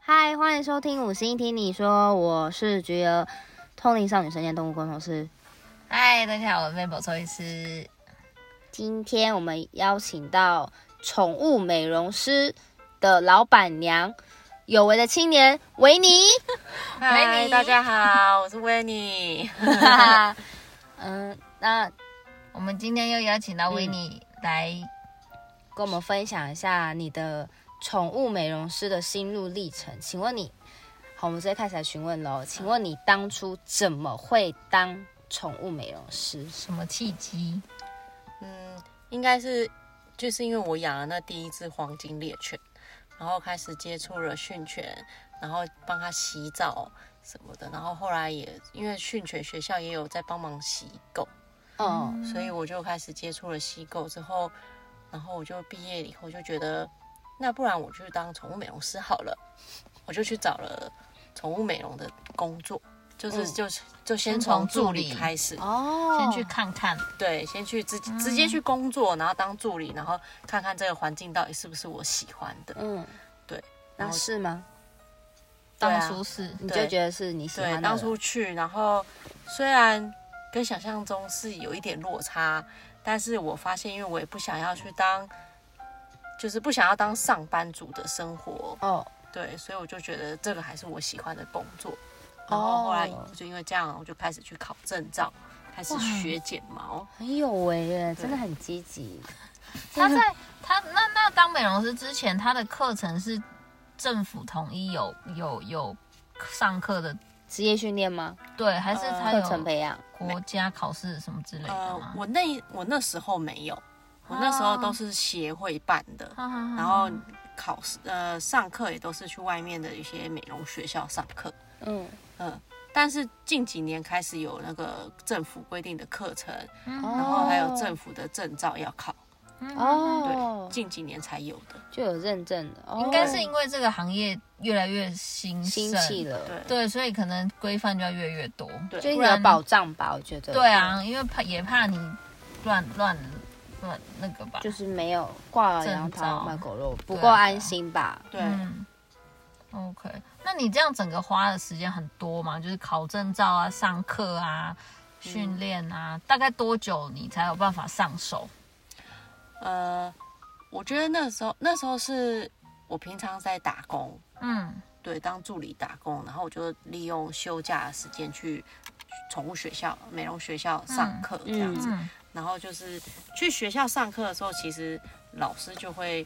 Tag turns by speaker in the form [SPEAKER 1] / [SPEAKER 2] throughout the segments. [SPEAKER 1] 嗨，欢迎收听《五星听你说》，我是菊儿，通灵少女神仙动物工程师。
[SPEAKER 2] 嗨，大家好，我是 Mabel 兽医师。
[SPEAKER 1] 今天我们邀请到宠物美容师的老板娘，有为的青年维 尼。
[SPEAKER 2] 维
[SPEAKER 3] 嗨，
[SPEAKER 2] 尼
[SPEAKER 3] 大家好，我是维尼。
[SPEAKER 1] 嗯，那跟
[SPEAKER 2] 我们今天又邀请到维
[SPEAKER 3] 嗯
[SPEAKER 2] 尼来，
[SPEAKER 1] 我们分享一下你的宠物美容师的心路历程。请问你，好，我们直接开始来询问喽。请问你当初怎么会当宠物美容师？
[SPEAKER 2] 什么契机？
[SPEAKER 3] 嗯，应该是就是因为我养了那第一只黄金猎犬，然后开始接触了训犬，然后帮它洗澡什么的，然后后来也因为训犬学校也有在帮忙洗狗，
[SPEAKER 1] 嗯，
[SPEAKER 3] 所以我就开始接触了洗狗之后，然后我就毕业以后就觉得，那不然我去当宠物美容师好了，我就去找了宠物美容的工作，就是、
[SPEAKER 1] 嗯
[SPEAKER 3] 就是就先
[SPEAKER 2] 先从
[SPEAKER 3] 从
[SPEAKER 2] 助
[SPEAKER 3] 助
[SPEAKER 2] 理
[SPEAKER 3] 理开始，
[SPEAKER 1] 哦
[SPEAKER 2] 先去看看，
[SPEAKER 3] 对，先去直直接去工作，然后当助理，然后看看这个环境到底是不是我喜欢的。
[SPEAKER 1] 嗯，
[SPEAKER 3] 对。
[SPEAKER 1] 那
[SPEAKER 3] 然后
[SPEAKER 1] 是吗？
[SPEAKER 3] 对啊
[SPEAKER 2] 当初是
[SPEAKER 1] 你就
[SPEAKER 3] 对
[SPEAKER 1] 觉得是你喜欢的
[SPEAKER 3] 对，
[SPEAKER 1] 人。
[SPEAKER 3] 当初去，然后虽然跟想象中是有一点落差，但是我发现，因为我也不想要去当，就是不想要当上班族的生活，
[SPEAKER 1] 哦，
[SPEAKER 3] 对，所以我就觉得这个还是我喜欢的工作。然后后来
[SPEAKER 1] 哦
[SPEAKER 3] 就因为这样，我就开始去考证照，开始
[SPEAKER 2] 哇
[SPEAKER 3] 学剪毛。
[SPEAKER 1] 很有为耶，
[SPEAKER 3] 对
[SPEAKER 1] 真的很积极。
[SPEAKER 2] 他在他那那当美容师之前，他的课程是政府统一有有有上课的，
[SPEAKER 1] 职业训练吗？
[SPEAKER 2] 对，还是
[SPEAKER 3] 呃
[SPEAKER 2] 他
[SPEAKER 1] 课
[SPEAKER 2] 有
[SPEAKER 1] 程培养？
[SPEAKER 2] 国家考试什么之类的
[SPEAKER 3] 呃
[SPEAKER 2] 吗，？
[SPEAKER 3] 我那我那时候没有，我那时候
[SPEAKER 1] 哦
[SPEAKER 3] 都是协会办的。然
[SPEAKER 1] 嗯
[SPEAKER 2] 然
[SPEAKER 3] 后考试呃上课也都是去外面的一些美容学校上课，
[SPEAKER 1] 嗯，
[SPEAKER 3] 嗯，但是近几年开始有那个政府规定的课程，
[SPEAKER 2] 嗯
[SPEAKER 3] 然
[SPEAKER 1] 哦
[SPEAKER 3] 后还有政府的证照要考，
[SPEAKER 1] 嗯哦，
[SPEAKER 3] 近几年才有的，
[SPEAKER 1] 就有认证的，哦
[SPEAKER 2] 应该是因为这个行业越来越兴
[SPEAKER 1] 兴
[SPEAKER 2] 盛
[SPEAKER 1] 起了，
[SPEAKER 3] 对
[SPEAKER 2] 对，所以可能规范就要越来越多。
[SPEAKER 3] 对，
[SPEAKER 1] 就
[SPEAKER 2] 不
[SPEAKER 1] 有
[SPEAKER 2] 然
[SPEAKER 1] 保障吧，我觉得。
[SPEAKER 2] 对，啊，因为怕也怕你乱乱乱那个吧。
[SPEAKER 1] 就是没有挂了羊
[SPEAKER 2] 证
[SPEAKER 1] 头
[SPEAKER 2] 照
[SPEAKER 1] 卖狗肉，不
[SPEAKER 2] 对啊
[SPEAKER 1] 够安心吧？
[SPEAKER 3] 对，
[SPEAKER 2] 嗯，OK，那你这样整个花的时间很多吗？就是考证照啊、上课啊、训练啊，大概多久你才有办法上手？
[SPEAKER 3] 呃，我觉得那时候那时候是我平常在打工，
[SPEAKER 2] 嗯，
[SPEAKER 3] 对，当助理打工，然后我就利用休假的时间去宠物学校、美容学校上课这样子。
[SPEAKER 2] 嗯
[SPEAKER 3] 然后就是去学校上课的时候，其实老师就会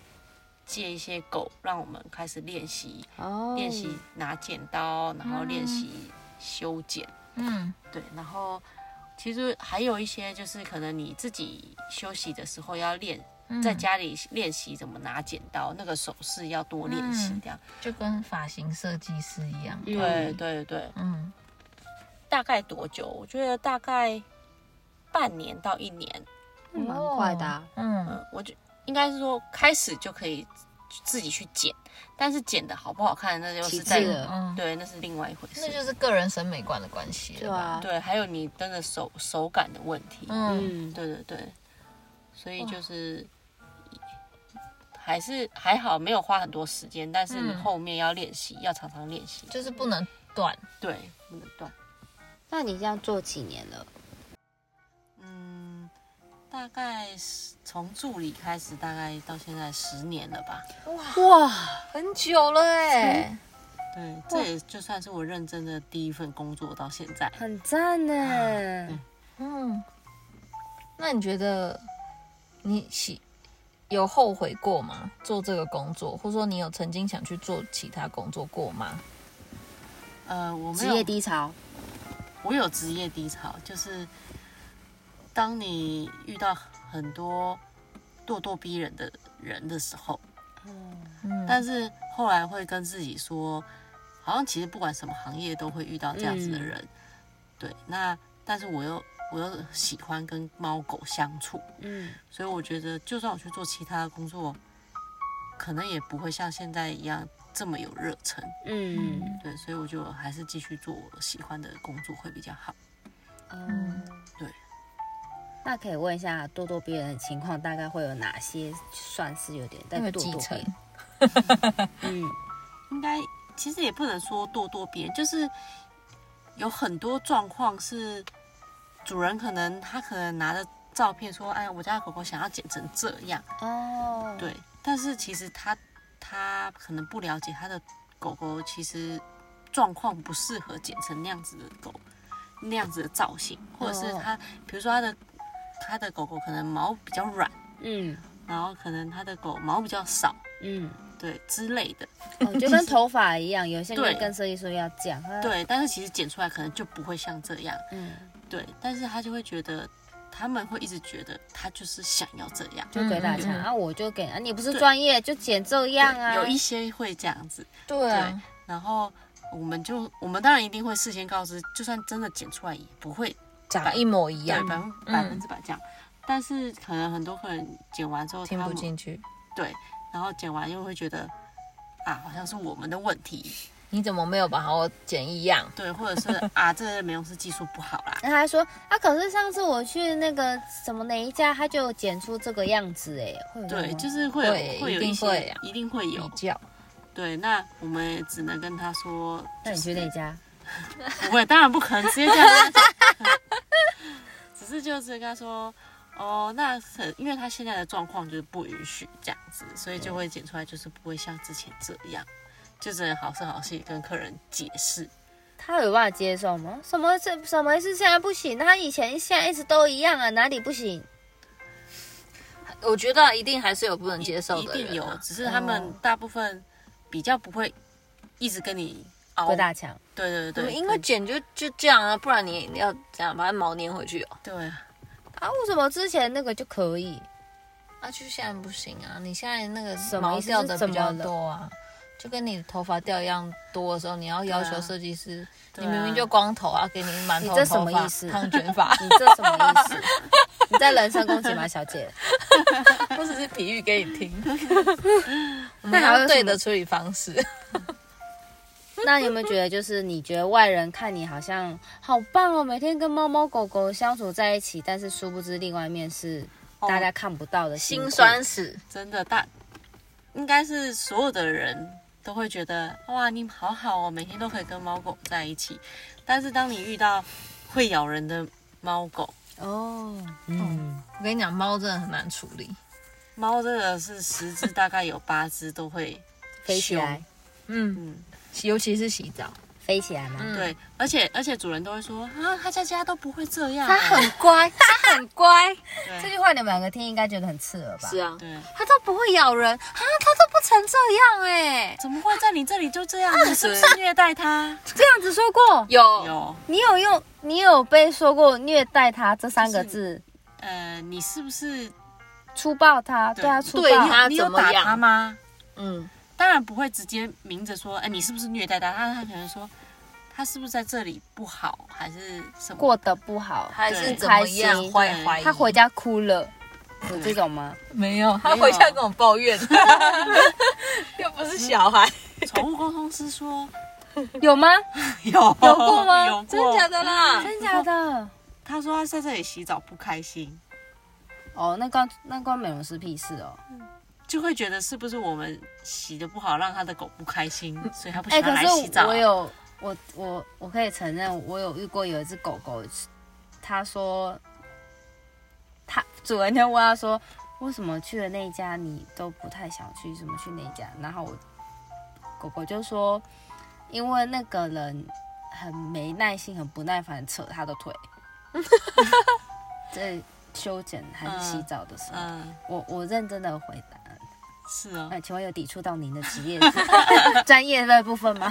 [SPEAKER 3] 借一些狗让我们开始练习，
[SPEAKER 1] 哦，
[SPEAKER 3] 练习拿剪刀，然后练习修剪，
[SPEAKER 2] 嗯
[SPEAKER 3] 对，然后其实还有一些就是可能你自己休息的时候要练，
[SPEAKER 2] 嗯，
[SPEAKER 3] 在家里练习怎么拿剪刀，那个手势要多练习
[SPEAKER 2] 嗯
[SPEAKER 3] 这样。
[SPEAKER 2] 就跟发型设计师一样。
[SPEAKER 1] 嗯
[SPEAKER 3] 对对对，
[SPEAKER 2] 嗯，
[SPEAKER 3] 大概多久？我觉得大概半年到一年，
[SPEAKER 1] 蛮快的啊。
[SPEAKER 2] 嗯，
[SPEAKER 3] 嗯，我就应该是说开始就可以自己去剪，但是剪的好不好看，那就
[SPEAKER 1] 其
[SPEAKER 3] 是
[SPEAKER 1] 次
[SPEAKER 3] 在
[SPEAKER 1] 了
[SPEAKER 2] 嗯，
[SPEAKER 3] 对，那是另外一回事
[SPEAKER 2] 那。就是个人审美观的关系
[SPEAKER 1] 对
[SPEAKER 2] 了吧。
[SPEAKER 1] 啊，
[SPEAKER 3] 对，还有你真的手手感的问题。
[SPEAKER 2] 嗯，
[SPEAKER 1] 嗯，
[SPEAKER 3] 对对对，所以
[SPEAKER 2] 哇
[SPEAKER 3] 就是还是还好没有花很多时间，但是你
[SPEAKER 2] 嗯
[SPEAKER 3] 后面要练习，要常常练习。
[SPEAKER 2] 就是不能断。
[SPEAKER 3] 对，不能断。
[SPEAKER 1] 那你这样做几年了？
[SPEAKER 3] 嗯，大概是从助理开始，大概到现在十年了吧。
[SPEAKER 1] 哇，
[SPEAKER 2] 很久了哎、
[SPEAKER 3] 对，这也就算是我认真的第一份工作到现在。
[SPEAKER 1] 很赞呢！
[SPEAKER 2] 嗯，那你觉得你喜有后悔过吗？做这个工作，或者说你有曾经想去做其他工作过吗？
[SPEAKER 3] 呃，我没
[SPEAKER 1] 职
[SPEAKER 3] 有
[SPEAKER 1] 业低潮，
[SPEAKER 3] 我有职业低潮，就是当你遇到很多咄咄逼人的人的时候，
[SPEAKER 2] 嗯，
[SPEAKER 3] 但是后来会跟自己说，好像其实不管什么行业都会遇到这样子的人。对，那但是我又我又喜欢跟猫狗相处，
[SPEAKER 1] 嗯，
[SPEAKER 3] 所以我觉得就算我去做其他的工作，可能也不会像现在一样这么有热忱。
[SPEAKER 1] 嗯，
[SPEAKER 3] 对，所以我就还是继续做我喜欢的工作会比较好。
[SPEAKER 1] 嗯，
[SPEAKER 3] 对。
[SPEAKER 1] 那可以问一下咄咄逼人的情况，大概会有哪些算是有点在
[SPEAKER 2] 那
[SPEAKER 1] 咄
[SPEAKER 2] 个
[SPEAKER 1] 咄
[SPEAKER 2] 几
[SPEAKER 1] 逼
[SPEAKER 2] 成
[SPEAKER 1] 人？嗯，
[SPEAKER 3] 应该其实也不能说咄咄逼人，就是有很多状况是主人可能他可能拿着照片说，哎，我家的狗狗想要剪成这样，
[SPEAKER 1] 哦，
[SPEAKER 3] 对，但是其实他他可能不了解他的狗狗其实状况不适合剪成那样子的狗，那样子的造型，或者是
[SPEAKER 1] 哦
[SPEAKER 3] 他比如说他的他的狗狗可能毛比较软，
[SPEAKER 1] 嗯
[SPEAKER 3] 然后可能他的狗毛比较少，
[SPEAKER 1] 嗯，
[SPEAKER 3] 对之类的，
[SPEAKER 1] 哦就跟头发一样，有些
[SPEAKER 3] 对
[SPEAKER 1] 人跟设计师要讲，他，
[SPEAKER 3] 对，但是其实剪出来可能就不会像这样，
[SPEAKER 1] 嗯，
[SPEAKER 3] 对，但是他就会觉得他们会一直觉得他就是想要这样。
[SPEAKER 1] 就给大家
[SPEAKER 2] 嗯嗯嗯
[SPEAKER 1] 啊，我就给啊，你不是
[SPEAKER 3] 对
[SPEAKER 1] 专业就剪这样
[SPEAKER 3] 对
[SPEAKER 1] 啊，
[SPEAKER 3] 有一些会这样子，
[SPEAKER 2] 对啊，
[SPEAKER 3] 然后我们就我们当然一定会事先告知，就算真的剪出来也不会
[SPEAKER 2] 长一模一
[SPEAKER 3] 对
[SPEAKER 2] 样，嗯
[SPEAKER 3] 百分百分之百这样，但是可能很多客人剪完之后
[SPEAKER 2] 听
[SPEAKER 3] 他
[SPEAKER 2] 不
[SPEAKER 3] 们
[SPEAKER 2] 进去。
[SPEAKER 3] 对，然后剪完又会觉得啊好像是我们的问题，
[SPEAKER 2] 你怎么没有把我剪一样？
[SPEAKER 3] 对，或者是啊这个美容师技术不好啦，
[SPEAKER 1] 然后还说啊，可是上次我去那个什么哪一家，他就有剪出这个样子哎，会有
[SPEAKER 3] 对，就是是会有
[SPEAKER 2] 嗯会
[SPEAKER 3] 有一
[SPEAKER 2] 一定
[SPEAKER 3] 些
[SPEAKER 2] 会啊
[SPEAKER 3] 一定会
[SPEAKER 2] 比
[SPEAKER 3] 有，
[SPEAKER 2] 较
[SPEAKER 3] 对，那我们也只能跟他说，
[SPEAKER 1] 那你去那家，
[SPEAKER 3] 不会，当然不可能直接这样跟 他讲。 只是就是跟他说，哦，那很，因为他现在的状况就是不允许这样子，所以就会剪出来就是不会像之前这样，就只能好声好气跟客人解释。
[SPEAKER 1] 他有办法接受吗？什么这什么是现在不行？他以前现在一直都一样啊，哪里不行？
[SPEAKER 2] 我觉得一定还是有不能接受
[SPEAKER 3] 一
[SPEAKER 2] 的
[SPEAKER 3] 定
[SPEAKER 2] 人
[SPEAKER 3] 有
[SPEAKER 2] 啊、，
[SPEAKER 3] 只是他们
[SPEAKER 1] 哦
[SPEAKER 3] 大部分比较不会一直跟你熬
[SPEAKER 1] 鬼。大强，
[SPEAKER 3] 对对
[SPEAKER 2] 我
[SPEAKER 3] 对，
[SPEAKER 2] 因为剪就就这样啊，不然你要这样把它毛粘回去哦。
[SPEAKER 3] 对
[SPEAKER 1] 啊，为什么之前那个就可以？
[SPEAKER 2] 啊，就现在不行啊，你现在那个
[SPEAKER 1] 什么
[SPEAKER 2] 毛
[SPEAKER 1] 意思
[SPEAKER 2] 掉的
[SPEAKER 1] 是怎
[SPEAKER 2] 比
[SPEAKER 1] 么
[SPEAKER 2] 较
[SPEAKER 1] 了
[SPEAKER 2] 多啊，就跟你头发掉一样多的时候，你要要求设计师，
[SPEAKER 3] 对
[SPEAKER 2] 你
[SPEAKER 3] 啊
[SPEAKER 2] 明明就光头啊，给你满头
[SPEAKER 1] 你这什
[SPEAKER 2] 头
[SPEAKER 1] 么
[SPEAKER 2] 发
[SPEAKER 1] 意思，
[SPEAKER 2] 烫卷发
[SPEAKER 1] 你这什么意思？ 你在人身攻击吗，小姐？
[SPEAKER 2] 我只是比喻 给你听。我
[SPEAKER 1] 那
[SPEAKER 2] 们
[SPEAKER 1] 还有
[SPEAKER 2] 要
[SPEAKER 1] 什
[SPEAKER 2] 对
[SPEAKER 1] 么
[SPEAKER 2] 的处理方式，
[SPEAKER 1] 那你有没有觉得，就是你觉得外人看你好像好棒哦，每天跟猫猫狗狗相处在一起，但是殊不知另外一面是
[SPEAKER 3] 哦
[SPEAKER 1] 大家看不到的辛苦
[SPEAKER 2] 心酸史。
[SPEAKER 3] 真的大，应该是所有的人都会觉得哇，你好好哦，每天都可以跟猫狗在一起。但是当你遇到会咬人的猫狗，
[SPEAKER 1] 哦。嗯，
[SPEAKER 2] 我跟你讲，猫真的很难处理。
[SPEAKER 3] 猫真的是十只大概有八只都会，
[SPEAKER 1] 飞起来，
[SPEAKER 2] 嗯，
[SPEAKER 3] 嗯，
[SPEAKER 2] 尤其是洗澡，
[SPEAKER 1] 飞起来吗？
[SPEAKER 2] 嗯
[SPEAKER 3] 对，而且而且主人都会说啊，他家家都不会这样、啊
[SPEAKER 2] 它很乖，它很乖。
[SPEAKER 1] 这
[SPEAKER 3] 对
[SPEAKER 1] 句话你们两个听应该觉得很刺耳吧？
[SPEAKER 2] 是啊，
[SPEAKER 3] 对，
[SPEAKER 2] 它都不会咬人啊，它都不成这样哎、
[SPEAKER 1] 欸
[SPEAKER 3] 怎么会在你这里就这样？你是不是虐待 它？
[SPEAKER 1] 这样子说过，
[SPEAKER 2] 有
[SPEAKER 3] 有，
[SPEAKER 1] 你有用，你有被说过虐待他这三个字，
[SPEAKER 3] 呃，你是不是
[SPEAKER 1] 粗暴他，
[SPEAKER 3] 对
[SPEAKER 1] 对他粗暴，
[SPEAKER 2] 对他
[SPEAKER 3] 你有
[SPEAKER 2] 怎么
[SPEAKER 3] 打
[SPEAKER 2] 样
[SPEAKER 3] 它吗？
[SPEAKER 2] 嗯，
[SPEAKER 3] 当然不会直接明着说，哎、你是不是虐待他？他他可能说，他是不是在这里不好，还是什么？
[SPEAKER 1] 过得不好，
[SPEAKER 2] 还是
[SPEAKER 3] 对
[SPEAKER 2] 怎么样
[SPEAKER 1] 开心
[SPEAKER 2] 坏坏？
[SPEAKER 1] 他回家哭了，有这种吗？
[SPEAKER 2] 没有，他
[SPEAKER 3] 没有
[SPEAKER 2] 回家跟我抱怨， 又不是小孩，
[SPEAKER 3] 宠物沟通师说
[SPEAKER 1] 有吗？
[SPEAKER 3] 有有
[SPEAKER 1] 过吗
[SPEAKER 3] 有过
[SPEAKER 2] 真的假？的啦？
[SPEAKER 1] 真假的？
[SPEAKER 3] 他说他在这里洗澡不开心，
[SPEAKER 1] 哦，那关那关美容师屁事哦。
[SPEAKER 3] 就会觉得是不是我们洗的不好，让他的狗不开心，所以他不
[SPEAKER 1] 哎、
[SPEAKER 3] 喜欢来洗
[SPEAKER 1] 可
[SPEAKER 3] 澡。啊
[SPEAKER 1] 是我有我我我可以承认，我有遇过有一只狗狗，它说，它主人就问它说，为什么去了那一家你都不太想去，怎么去那一家？然后我狗狗就说，因为那个人很没耐心，很不耐烦，扯它的腿， 在修剪还是洗澡的时候，
[SPEAKER 3] 嗯，
[SPEAKER 1] 我我认真的回答。
[SPEAKER 3] 是哦。
[SPEAKER 1] 哎，请问有抵触到您的职业 专业的部分吗？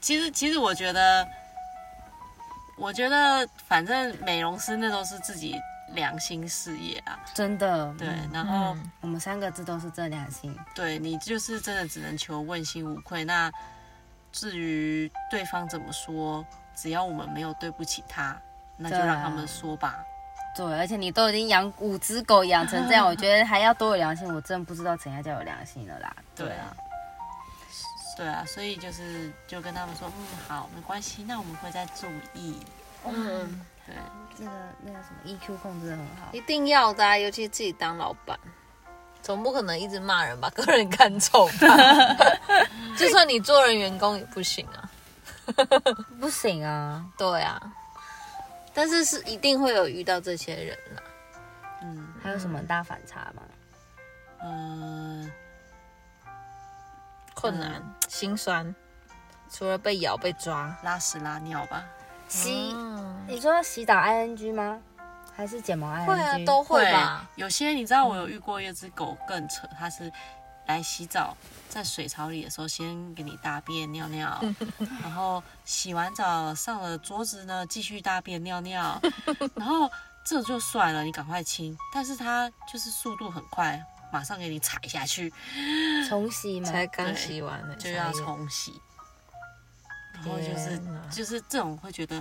[SPEAKER 3] 其实其实我觉得，我觉得反正美容师那都是自己良心事业啊。
[SPEAKER 1] 真的，
[SPEAKER 3] 对，然后。
[SPEAKER 2] 嗯
[SPEAKER 1] 我们三个字都是这两星，
[SPEAKER 3] 对你就是真的只能求问心无愧。那至于对方怎么说，只要我们没有对不起他，那就
[SPEAKER 1] 对啊
[SPEAKER 3] 让他们说吧。
[SPEAKER 1] 对，而且你都已经养五只狗养成这样，我觉得还要多有良心，我真的不知道怎样叫有良心了啦。
[SPEAKER 3] 对啊，，对啊，所以就是就跟他们说，嗯，好，没关系，那我们会再注意。
[SPEAKER 2] 嗯，
[SPEAKER 3] 对，
[SPEAKER 1] 那个那个什么 EQ E 控制得很好，
[SPEAKER 2] 一定要的、啊，尤其自己当老板，总不可能一直骂人吧？个人感丑 吧？就算你做人员工也不行啊。
[SPEAKER 1] 不行啊，
[SPEAKER 2] 对啊，但是是一定会有遇到这些人啦、
[SPEAKER 3] 嗯
[SPEAKER 1] 还有什么大反差吗？
[SPEAKER 3] 嗯，
[SPEAKER 2] 困难、心酸，除了被咬被抓，
[SPEAKER 3] 拉屎拉尿吧，
[SPEAKER 1] 洗，
[SPEAKER 2] 嗯
[SPEAKER 1] 你说洗澡 ing 吗？还是剪毛 ing？
[SPEAKER 2] 会啊，都会吧。
[SPEAKER 3] 有些你知道，我有遇过一只狗更扯，它是来洗澡，在水槽里的时候先给你大便尿 尿，然后洗完澡上了桌子呢，继续大便尿 尿，然后这就算了，你赶快清，但是它就是速度很快，马上给你踩下去
[SPEAKER 1] 重洗吗？
[SPEAKER 2] 才刚洗完呢、
[SPEAKER 3] 就要
[SPEAKER 2] 才有
[SPEAKER 3] 冲洗，然后就是
[SPEAKER 2] 天哪
[SPEAKER 3] 就是这种会觉得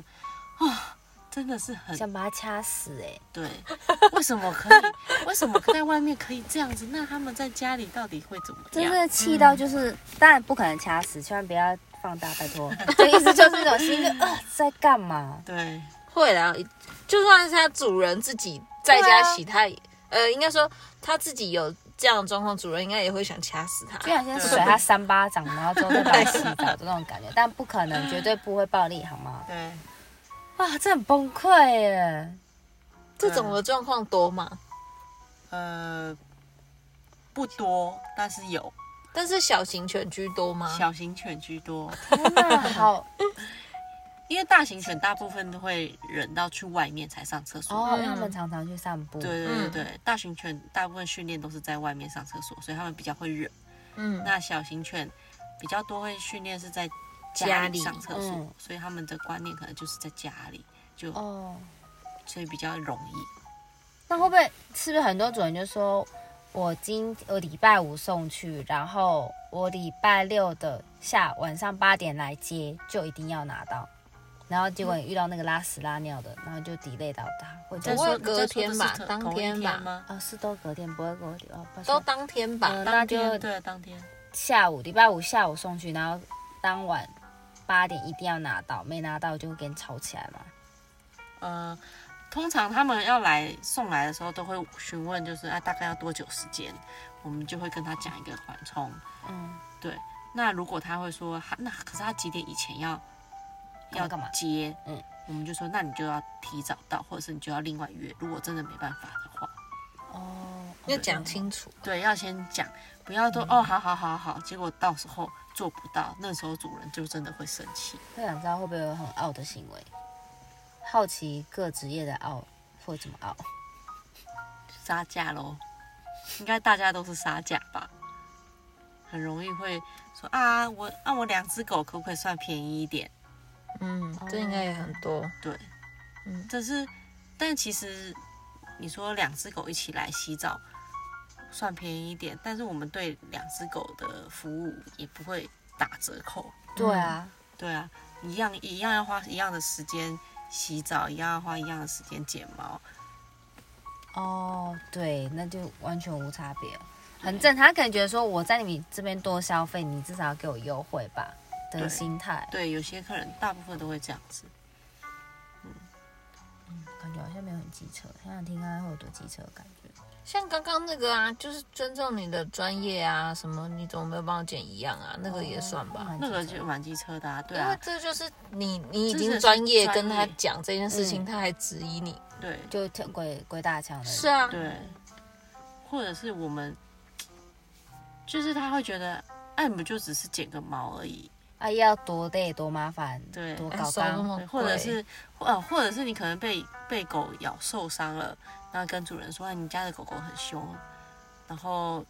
[SPEAKER 3] 啊。真的是很
[SPEAKER 1] 想把它掐死哎、
[SPEAKER 3] 对，为什么可以？为什么在外面可以这样子？那他们在家里到底会怎么
[SPEAKER 1] 真
[SPEAKER 3] 样？
[SPEAKER 1] 的气到就是，当然不可能掐死，千万不要放大，拜 托。就意思就是那种心就呃在干嘛？
[SPEAKER 3] 对，
[SPEAKER 2] 会啦，就算是它主人自己
[SPEAKER 1] 对
[SPEAKER 2] 在
[SPEAKER 1] 啊
[SPEAKER 2] 家洗，它也呃，应该说它自己有这样的状况，主人应该也会想掐死它。
[SPEAKER 1] 就
[SPEAKER 3] 啊
[SPEAKER 1] 想先甩他三巴掌，然后之后再把他洗澡的那种 感觉，但不可能，绝对不会暴力好吗？
[SPEAKER 3] 对，
[SPEAKER 1] 哇，这很崩溃耶！
[SPEAKER 2] 这种的状况多吗？
[SPEAKER 3] 啊呃，不多，但是有
[SPEAKER 2] 但是小型犬居多
[SPEAKER 1] 啊
[SPEAKER 2] 吗？
[SPEAKER 3] 小型犬居多，
[SPEAKER 1] 天哪， 好
[SPEAKER 3] 因为大型犬大部分都会忍到去外面才上厕所。
[SPEAKER 1] 哦，因为他们常常去散步。
[SPEAKER 3] 对对对
[SPEAKER 2] 嗯
[SPEAKER 3] 对，大型犬大部分训练都是在外面上厕所，所以他们比较会忍。
[SPEAKER 2] 嗯，
[SPEAKER 3] 那小型犬比较多会训练是在
[SPEAKER 2] 家
[SPEAKER 3] 家
[SPEAKER 2] 里
[SPEAKER 3] 里上厕
[SPEAKER 1] 嗯
[SPEAKER 3] 所，所以他们的观念可能就是在家里，就
[SPEAKER 1] 哦，
[SPEAKER 3] 所以比较容易。
[SPEAKER 1] 那会不会是不是很多主人就说，我今我礼拜五送去，然后我礼拜六的下晚上八点来接，就一定要拿到。然后结果遇到那个拉屎拉尿的，然后就 delay 到他，或者
[SPEAKER 3] 再
[SPEAKER 2] 不会
[SPEAKER 3] 说
[SPEAKER 2] 隔
[SPEAKER 3] 再说
[SPEAKER 2] 天
[SPEAKER 3] 这是
[SPEAKER 2] 吧
[SPEAKER 3] 同
[SPEAKER 2] 当
[SPEAKER 3] 同一
[SPEAKER 2] 天吧
[SPEAKER 3] 吗？
[SPEAKER 1] 哦是都隔天不会给我留哦，抱歉
[SPEAKER 2] 都当天吧。
[SPEAKER 3] 呃
[SPEAKER 1] 那
[SPEAKER 3] 当
[SPEAKER 1] 就
[SPEAKER 3] 天对当天，
[SPEAKER 1] 下午礼拜五下午送去，然后当晚八点一定要拿到，没拿到就会跟你吵起来嘛。
[SPEAKER 3] 呃，通常他们要来送来的时候，都会询问，就是啊，大概要多久时间，我们就会跟他讲一个缓冲。
[SPEAKER 1] 嗯，
[SPEAKER 3] 那如果他会说，他那可是他几点以前要要
[SPEAKER 1] 干嘛
[SPEAKER 3] 接，
[SPEAKER 1] 嗯
[SPEAKER 3] 嗯，我们就说，那你就要提早到，或者是你就要另外约。如果真的没办法的话，
[SPEAKER 1] 哦，
[SPEAKER 2] 要讲清楚，
[SPEAKER 3] 对，要先讲，不要说、哦，好好好好，结果到时候做不到，那时候主人就真的会生气。
[SPEAKER 1] 会想知道会不会有很傲的行为，好奇各职业的傲或怎么傲。
[SPEAKER 3] 杀价喽，应该大家都是杀价吧，很容易会说啊，我按、我两只狗可不可以算便宜一点？
[SPEAKER 2] 嗯，
[SPEAKER 3] 哦
[SPEAKER 2] 这应该也很多。
[SPEAKER 3] 对，
[SPEAKER 2] 嗯
[SPEAKER 3] 这是，但其实你说两只狗一起来洗澡，算便宜一点，但是我们对两只狗的服务也不会打折扣。
[SPEAKER 1] 对啊，
[SPEAKER 3] 对啊，一样一样要花一样的时间洗澡，一样要花一样的时间剪毛，
[SPEAKER 1] 哦，对，那就完全无差别了，很正常。他可能觉得说我在你这边多消费，你至少要给我优惠吧的
[SPEAKER 3] 对
[SPEAKER 1] 心态，
[SPEAKER 3] 对，有些客人大部分都会这样子。
[SPEAKER 1] 感觉好像没有很机车。想想听看看会有多机车的感觉。
[SPEAKER 2] 嗯像刚刚那个啊，就是尊重你的专业啊，什么你怎么没有帮我剪一样啊？那个也算吧，
[SPEAKER 1] 哦
[SPEAKER 3] 那个就蛮机车的啊，对
[SPEAKER 2] 因为
[SPEAKER 3] 啊，
[SPEAKER 2] 这就是你你已
[SPEAKER 3] 这
[SPEAKER 2] 经
[SPEAKER 3] 是
[SPEAKER 2] 专业
[SPEAKER 3] 专
[SPEAKER 2] 跟他
[SPEAKER 3] 业
[SPEAKER 2] 讲这件事情，
[SPEAKER 1] 嗯
[SPEAKER 2] 他还质疑你，
[SPEAKER 3] 对
[SPEAKER 1] 就跳鬼鬼大墙的，
[SPEAKER 2] 是啊，
[SPEAKER 3] 对，或者是我们，就是他会觉得，哎、你不就只是剪个毛而已，
[SPEAKER 1] 啊，要多累多麻烦，
[SPEAKER 3] 对
[SPEAKER 1] 多
[SPEAKER 2] 还
[SPEAKER 1] 搞
[SPEAKER 2] 收那
[SPEAKER 1] 纲。
[SPEAKER 2] 么
[SPEAKER 3] 对
[SPEAKER 2] 贵，
[SPEAKER 3] 或者是呃，或者是你可能被被狗咬受伤了，然后跟主人说，哎，你家的狗狗很凶，然后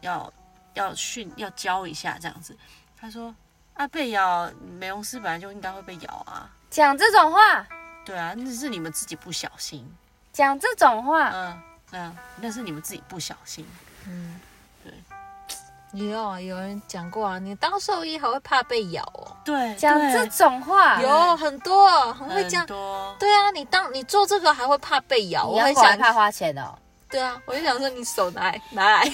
[SPEAKER 3] 要要训要教一下这样子，他说。啊，被咬美容师本来就应该会被咬啊，
[SPEAKER 1] 讲这种话，
[SPEAKER 3] 对啊，那是你们自己不小心，
[SPEAKER 1] 讲这种话，
[SPEAKER 3] 嗯嗯，那是你们自己不小心，
[SPEAKER 2] 嗯，
[SPEAKER 3] 对
[SPEAKER 2] 也有啊，有人讲过啊，你当兽医还会怕被咬哦，
[SPEAKER 3] 对，
[SPEAKER 1] 讲
[SPEAKER 3] 对
[SPEAKER 1] 这种话，
[SPEAKER 2] 有很多很会
[SPEAKER 3] 很
[SPEAKER 2] 讲，
[SPEAKER 3] 多，
[SPEAKER 2] 对啊，你当你做这个还会怕被咬，
[SPEAKER 1] 你
[SPEAKER 2] 我
[SPEAKER 1] 要
[SPEAKER 2] 很
[SPEAKER 1] 过来
[SPEAKER 2] 想，
[SPEAKER 1] 怕花钱哦。
[SPEAKER 2] 对啊，我就想说你手拿来拿来，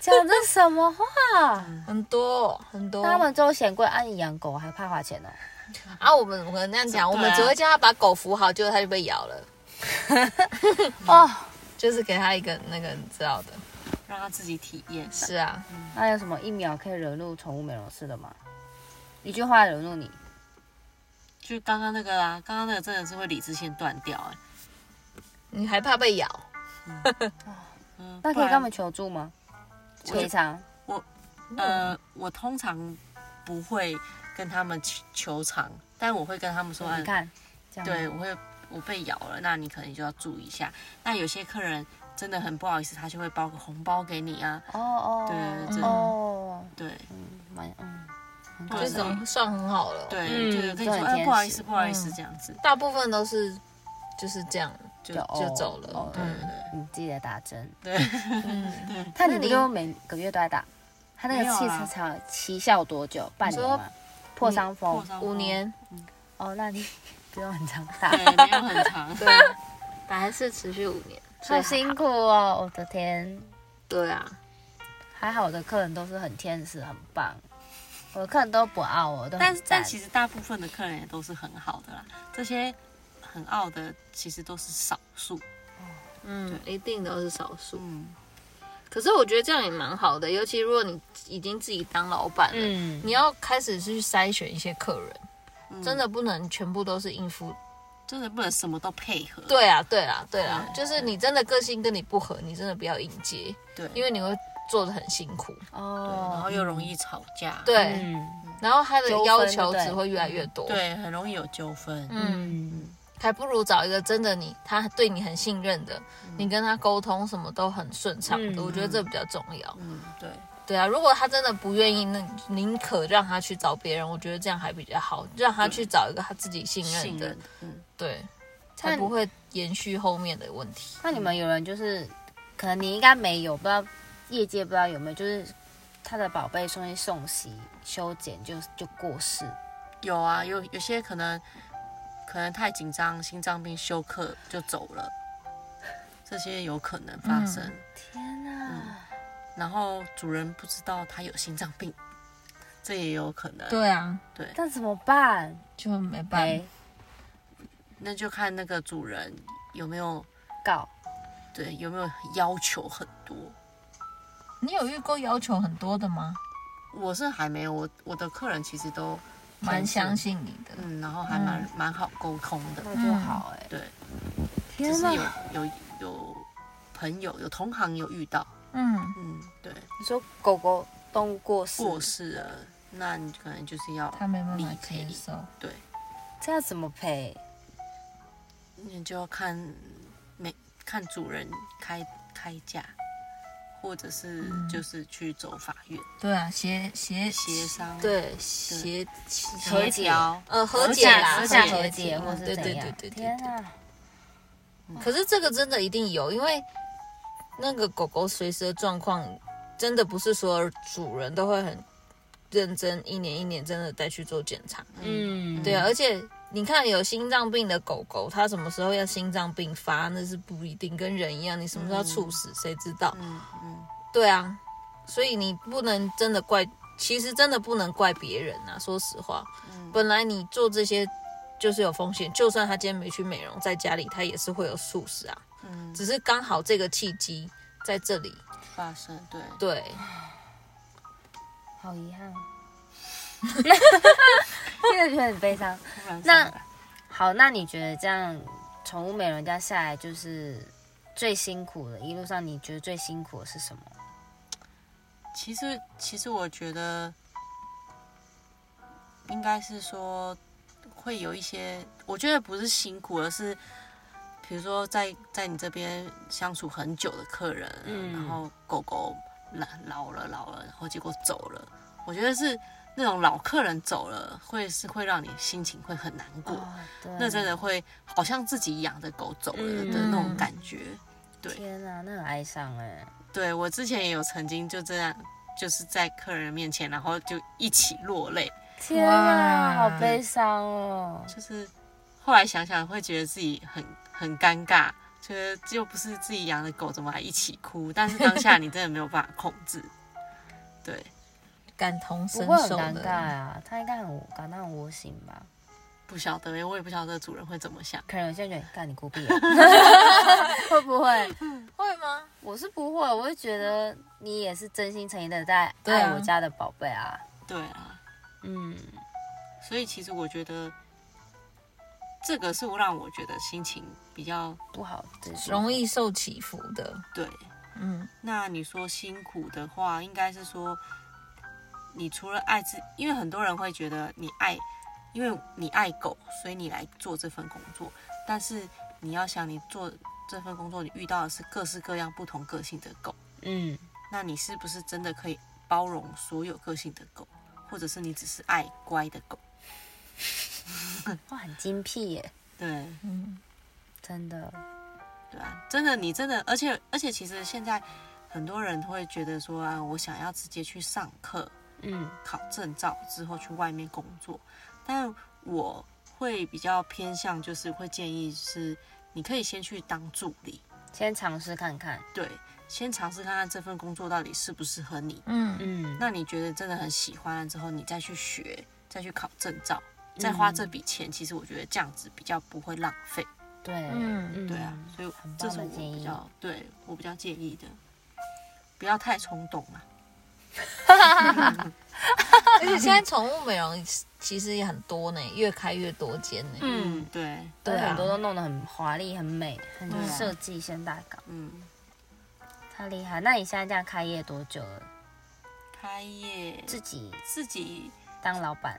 [SPEAKER 1] 讲这什么 话？
[SPEAKER 2] 很多很多，
[SPEAKER 1] 那他们都嫌贵，啊，你养狗还怕花钱呢、哦
[SPEAKER 2] 啊，我们我们那样讲，我们
[SPEAKER 3] 对啊
[SPEAKER 2] 只会叫他把狗扶好，结果他就被咬了，
[SPEAKER 1] 哦，
[SPEAKER 2] 就是给他一个那个你知道的，
[SPEAKER 3] 让它自己体验。
[SPEAKER 2] 是啊，
[SPEAKER 1] 那有什么一秒可以惹怒宠物美容师的吗？一句话惹怒你，
[SPEAKER 3] 就刚刚那个啦，刚刚那个真的是会理智线断掉哎、
[SPEAKER 2] 你还怕被咬？
[SPEAKER 3] 嗯，
[SPEAKER 1] 那可
[SPEAKER 3] 不
[SPEAKER 1] 以
[SPEAKER 3] 然
[SPEAKER 1] 跟他们求助吗？
[SPEAKER 3] 我
[SPEAKER 1] 赔偿？
[SPEAKER 3] 呃，我通常不会跟他们求求偿，但我会跟他们说，
[SPEAKER 1] 你
[SPEAKER 3] 嗯，
[SPEAKER 1] 看，这样
[SPEAKER 3] 对我会我被咬了，那你可能就要注意一下。那有些客人真的很不好意思，他就会包个红包给你啊，
[SPEAKER 1] 哦哦，
[SPEAKER 3] 对这
[SPEAKER 1] 哦，
[SPEAKER 3] 对
[SPEAKER 1] 嗯，蛮嗯，很
[SPEAKER 3] 或
[SPEAKER 1] 可
[SPEAKER 3] 者
[SPEAKER 2] 这
[SPEAKER 1] 爱
[SPEAKER 3] 是
[SPEAKER 2] 种算很好了。，
[SPEAKER 3] 对，
[SPEAKER 2] 嗯
[SPEAKER 3] 就是跟你
[SPEAKER 1] 这很
[SPEAKER 3] 说，哎，
[SPEAKER 1] 贴
[SPEAKER 3] 不好意思，
[SPEAKER 1] 心
[SPEAKER 3] 不好意思，
[SPEAKER 2] 嗯
[SPEAKER 3] 这样子
[SPEAKER 2] 大部分都是就是这样。
[SPEAKER 3] 就
[SPEAKER 1] 就
[SPEAKER 2] 就走了
[SPEAKER 1] 哦
[SPEAKER 3] 对
[SPEAKER 1] 哦
[SPEAKER 3] 对对
[SPEAKER 1] 你记得打针，
[SPEAKER 2] 嗯，
[SPEAKER 1] 他
[SPEAKER 2] 那
[SPEAKER 1] 你不
[SPEAKER 2] 你
[SPEAKER 1] 就每个月都在打？他那
[SPEAKER 3] 没有
[SPEAKER 1] 个
[SPEAKER 3] 啊
[SPEAKER 1] 气场才奇效多久？半年
[SPEAKER 2] 说
[SPEAKER 1] 吗？破伤风
[SPEAKER 3] 破伤
[SPEAKER 2] 五
[SPEAKER 3] 风
[SPEAKER 2] 年，
[SPEAKER 1] 哦，那 你不用很常打，
[SPEAKER 3] 对，没有很长，
[SPEAKER 2] 对，本来是持续五年，
[SPEAKER 1] 好辛苦哦！我的天，
[SPEAKER 2] 对啊，
[SPEAKER 1] 还好我的客人都是很天使，很棒。我的客人都不傲我，都
[SPEAKER 3] 但是但其
[SPEAKER 1] 实
[SPEAKER 3] 实大部分的客人也都是很好的啦，这些很傲的其实都是少数。
[SPEAKER 2] 嗯，一定都是少数。
[SPEAKER 3] 嗯，
[SPEAKER 2] 可是我觉得这样也蛮好的，尤其如果你已经自己当老板了，
[SPEAKER 1] 嗯，
[SPEAKER 2] 你要开始去筛选一些客人，
[SPEAKER 3] 嗯
[SPEAKER 2] 真的不能全部都是应付。
[SPEAKER 1] 嗯
[SPEAKER 3] 真的不能什么都配合。
[SPEAKER 2] 对啊，对啊，对啊，
[SPEAKER 1] 嗯
[SPEAKER 3] 对
[SPEAKER 2] 就是你真的个性跟你不合，你真的不要迎接，
[SPEAKER 3] 对，
[SPEAKER 2] 因为你会做的很辛苦。
[SPEAKER 3] 对然
[SPEAKER 1] 哦，
[SPEAKER 3] 后又容易吵架，
[SPEAKER 2] 对，
[SPEAKER 1] 嗯
[SPEAKER 2] 然后他的
[SPEAKER 1] 纠纷
[SPEAKER 2] 要求
[SPEAKER 1] 对
[SPEAKER 2] 只会越来越多。，
[SPEAKER 3] 对，很容易有纠纷。
[SPEAKER 2] 嗯，
[SPEAKER 1] 嗯，
[SPEAKER 2] 还不如找一个真的你，他对你很信任的，你跟他沟通什么都很顺畅的，
[SPEAKER 1] 嗯
[SPEAKER 2] 我觉得这比较重要。
[SPEAKER 3] 嗯，对，
[SPEAKER 2] 对啊，如果他真的不愿意，那你宁可让他去找别人，我觉得这样还比较好，让他去找一个他自己嗯信任
[SPEAKER 3] 信
[SPEAKER 2] 的，
[SPEAKER 3] 任，嗯，
[SPEAKER 2] 对，才不会延续后面的问题。
[SPEAKER 1] 那你们有人就是，可能你应该没有，不知道业界不知道有没有，就是他的宝贝送去送洗、修剪就就过世，
[SPEAKER 3] 有啊，有有些可能可能太紧张，心脏病休克就走了，这些有可能发生。
[SPEAKER 2] 嗯
[SPEAKER 1] 天哪！
[SPEAKER 3] 然后主人不知道他有心脏病，这也有可能。
[SPEAKER 2] 对啊，
[SPEAKER 3] 对，
[SPEAKER 1] 那怎么办？
[SPEAKER 2] 就没办
[SPEAKER 1] 哎
[SPEAKER 2] 法，，
[SPEAKER 3] 那就看那个主人有没有
[SPEAKER 1] 告
[SPEAKER 3] 对有没有要求很多。
[SPEAKER 2] 你有遇过要求很多的吗？
[SPEAKER 3] 我是还没有，我我的客人其实都
[SPEAKER 2] 蛮相
[SPEAKER 3] 相信。
[SPEAKER 2] 信你的，
[SPEAKER 3] 嗯，然后还蛮、蛮好沟通的，
[SPEAKER 1] 那就好哎。
[SPEAKER 3] 对，就
[SPEAKER 1] 天
[SPEAKER 3] 是
[SPEAKER 1] 哪！
[SPEAKER 3] 有有有朋友有同行有遇到，
[SPEAKER 2] 嗯，
[SPEAKER 3] 嗯，对，
[SPEAKER 1] 你说狗狗动物过世，
[SPEAKER 3] 过世了，那你可能就是要
[SPEAKER 2] 他没办
[SPEAKER 3] 理
[SPEAKER 2] 法
[SPEAKER 3] 赔
[SPEAKER 2] 接，受，
[SPEAKER 3] 对，
[SPEAKER 1] 这要怎么赔？
[SPEAKER 3] 你就要看每看主人开开价，或者是就是去走法院、
[SPEAKER 2] 对啊，协协
[SPEAKER 3] 协，商，，
[SPEAKER 2] 对协
[SPEAKER 1] 和
[SPEAKER 3] 协
[SPEAKER 1] 解
[SPEAKER 3] 调，
[SPEAKER 2] 呃和
[SPEAKER 3] 和
[SPEAKER 2] 解
[SPEAKER 3] 解
[SPEAKER 2] 啦，
[SPEAKER 3] 和
[SPEAKER 1] 解
[SPEAKER 2] 和
[SPEAKER 1] 和
[SPEAKER 2] 解，
[SPEAKER 1] 解，或是
[SPEAKER 2] 对对
[SPEAKER 1] 怎
[SPEAKER 2] 对
[SPEAKER 1] 样？
[SPEAKER 2] 对对
[SPEAKER 1] 天
[SPEAKER 2] 对。
[SPEAKER 1] 哪！
[SPEAKER 2] 可是这个真的一定有，因为那个狗狗随时的状况，真的不是所有主人都会很认真，一年一年真的再去做检查。
[SPEAKER 1] 嗯，
[SPEAKER 2] 对啊，而且你看有心脏病的狗狗，它什么时候要心脏病发，那是不一定，跟人一样，你什么时候要猝死，谁知道？
[SPEAKER 3] 嗯嗯，
[SPEAKER 2] 对啊，所以你不能真的怪，其实真的不能怪别人啊。说实话，
[SPEAKER 3] 嗯
[SPEAKER 2] 本来你做这些就是有风险，就算他今天没去美容，在家里他也是会有猝死啊。
[SPEAKER 3] 嗯，
[SPEAKER 2] 只是刚好这个契机在这里，
[SPEAKER 3] 发生对，
[SPEAKER 2] 对，
[SPEAKER 1] 好 遗憾哦，真的觉得很悲伤。
[SPEAKER 3] 突然
[SPEAKER 1] 那
[SPEAKER 3] 上来
[SPEAKER 1] 好，那你觉得这样宠物美容家下来就是最辛苦的？一路上你觉得最辛苦的是什么？
[SPEAKER 3] 其实，其实我觉得应该是说会有一些，我觉得不是辛苦，而是比如说在在你这边相处很久的客人，
[SPEAKER 1] 嗯
[SPEAKER 3] 然后狗狗老老了老了，然后结果走了，我觉得是那种老客人走了，会是会让你心情会很难过，
[SPEAKER 1] 哦，对，
[SPEAKER 3] 那真的会好像自己养的狗走了
[SPEAKER 1] 嗯
[SPEAKER 3] 的那种感觉。对
[SPEAKER 1] 天哪、那很哀伤哎。
[SPEAKER 3] 对我之前也有曾经就这样，就是在客人面前，然后就一起落泪。
[SPEAKER 1] 天啊，
[SPEAKER 2] 哇
[SPEAKER 1] 好悲伤哦！
[SPEAKER 3] 就是后来想想，会觉得自己很很尴尬，觉得又不是自己养的狗，怎么还一起哭？但是当下你真的没有办法控制。对，
[SPEAKER 2] 感同身
[SPEAKER 1] 不会很
[SPEAKER 2] 受
[SPEAKER 1] 尴尬
[SPEAKER 2] 的。
[SPEAKER 1] 啊，他应该很感到很窝心吧？
[SPEAKER 3] 不晓得耶，我也不晓得主人会怎么想。
[SPEAKER 1] 可能有些人觉得干你孤僻啊， 会不会？
[SPEAKER 2] 会吗？
[SPEAKER 1] 我是不会，我会觉得你也是真心诚意的在
[SPEAKER 2] 对啊
[SPEAKER 1] 爱我家的宝贝啊。
[SPEAKER 3] 对啊，
[SPEAKER 1] 嗯，
[SPEAKER 3] 所以其实我觉得这个是让我觉得心情比较
[SPEAKER 1] 不好，这是
[SPEAKER 2] 容易受起伏的，
[SPEAKER 3] 对。
[SPEAKER 2] 嗯，
[SPEAKER 3] 那你说辛苦的话，应该是说，你除了爱自，因为很多人会觉得你爱，因为你爱狗，所以你来做这份工作。但是你要想，你做这份工作，你遇到的是各式各样不同个性的狗，
[SPEAKER 1] 嗯，
[SPEAKER 3] 那你是不是真的可以包容所有个性的狗，或者是你只是爱乖的狗？
[SPEAKER 1] 哇，很精辟耶，
[SPEAKER 3] 对，
[SPEAKER 2] 嗯
[SPEAKER 1] 真的。
[SPEAKER 3] 对啊，真的，你真的，而且而且，其实现在很多人会觉得说啊，我想要直接去上课，
[SPEAKER 1] 嗯，
[SPEAKER 3] 考证照之后去外面工作，但我会比较偏向，就是会建议是，你可以先去当助理，
[SPEAKER 1] 先尝试看看。
[SPEAKER 3] 对，先尝试看看这份工作到底适不适合你。
[SPEAKER 2] 嗯，
[SPEAKER 1] 嗯，
[SPEAKER 3] 那你觉得真的很喜欢了之后，你再去学，再去考证照，再花这笔钱，其实我觉得这样子比较不会浪费。
[SPEAKER 1] 对，
[SPEAKER 2] 嗯
[SPEAKER 1] 嗯
[SPEAKER 3] 对啊，所以
[SPEAKER 1] 很棒
[SPEAKER 3] 这是
[SPEAKER 1] 的
[SPEAKER 3] 我
[SPEAKER 1] 建
[SPEAKER 3] 比
[SPEAKER 1] 议
[SPEAKER 3] 较对我比较建议的，不要太冲动啊。
[SPEAKER 2] 而且现在宠物美容其实也很多呢，越开越多间呢。
[SPEAKER 3] 嗯，对，
[SPEAKER 1] 对，
[SPEAKER 2] 对啊
[SPEAKER 1] 很多都弄得很华丽、很美、很
[SPEAKER 3] 对啊
[SPEAKER 1] 设计现代感，
[SPEAKER 3] 嗯，
[SPEAKER 1] 太厉害。那你现在这样开业多久了？
[SPEAKER 3] 开业
[SPEAKER 1] 自己
[SPEAKER 3] 自己
[SPEAKER 1] 当老板，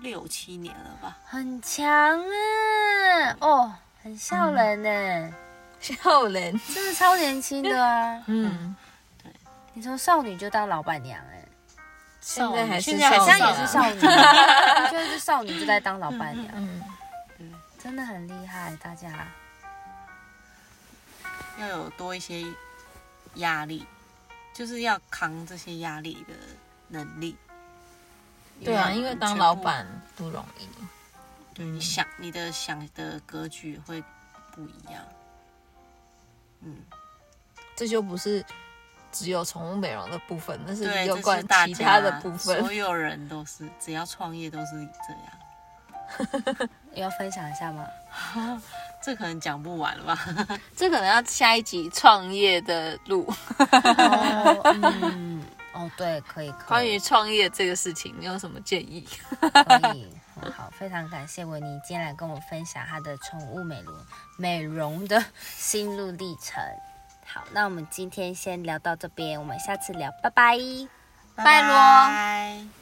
[SPEAKER 3] 六七年了吧。
[SPEAKER 1] 很强啊！哦，很笑人呢、
[SPEAKER 2] 笑人，
[SPEAKER 1] 真的超年轻的啊！
[SPEAKER 2] 嗯，
[SPEAKER 1] 你从少女就当老板娘哎、
[SPEAKER 2] 现在还是
[SPEAKER 3] 现在还
[SPEAKER 1] 好
[SPEAKER 3] 是
[SPEAKER 1] 像
[SPEAKER 2] 少
[SPEAKER 1] 也
[SPEAKER 2] 女
[SPEAKER 1] 是
[SPEAKER 2] 啊
[SPEAKER 1] 少女，就是少女就在当老板娘，
[SPEAKER 2] 嗯，
[SPEAKER 1] 真的很厉害，大家。
[SPEAKER 3] 要有多一些压力，就是要扛这些压力的能力。
[SPEAKER 2] 对啊，因为当老板嗯不容易。
[SPEAKER 3] 全部，对你想你的想的格局会不一样。嗯，
[SPEAKER 2] 这就不是只有宠物美容的部分，那是
[SPEAKER 3] 对，
[SPEAKER 2] 有
[SPEAKER 3] 这
[SPEAKER 2] 关
[SPEAKER 3] 是大
[SPEAKER 2] 其
[SPEAKER 3] 家
[SPEAKER 2] 他的部
[SPEAKER 3] 所
[SPEAKER 2] 分。
[SPEAKER 3] 有人都是，只要创业都是这样。
[SPEAKER 1] 要分享一下吗？
[SPEAKER 3] 这可能讲不完了 吧？
[SPEAKER 2] 这可能要下一集创业的路，
[SPEAKER 1] 哦，嗯，哦，对，可以，可以。
[SPEAKER 2] 创业这个事情，你有什么建议？
[SPEAKER 1] 可以，很好，非常感谢维尼今天来跟我分享他的宠物美容美容的心路历程。好，那我们今天先聊到这边，我们下次聊，拜拜。拜
[SPEAKER 3] 拜
[SPEAKER 1] 咯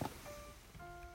[SPEAKER 3] 拜。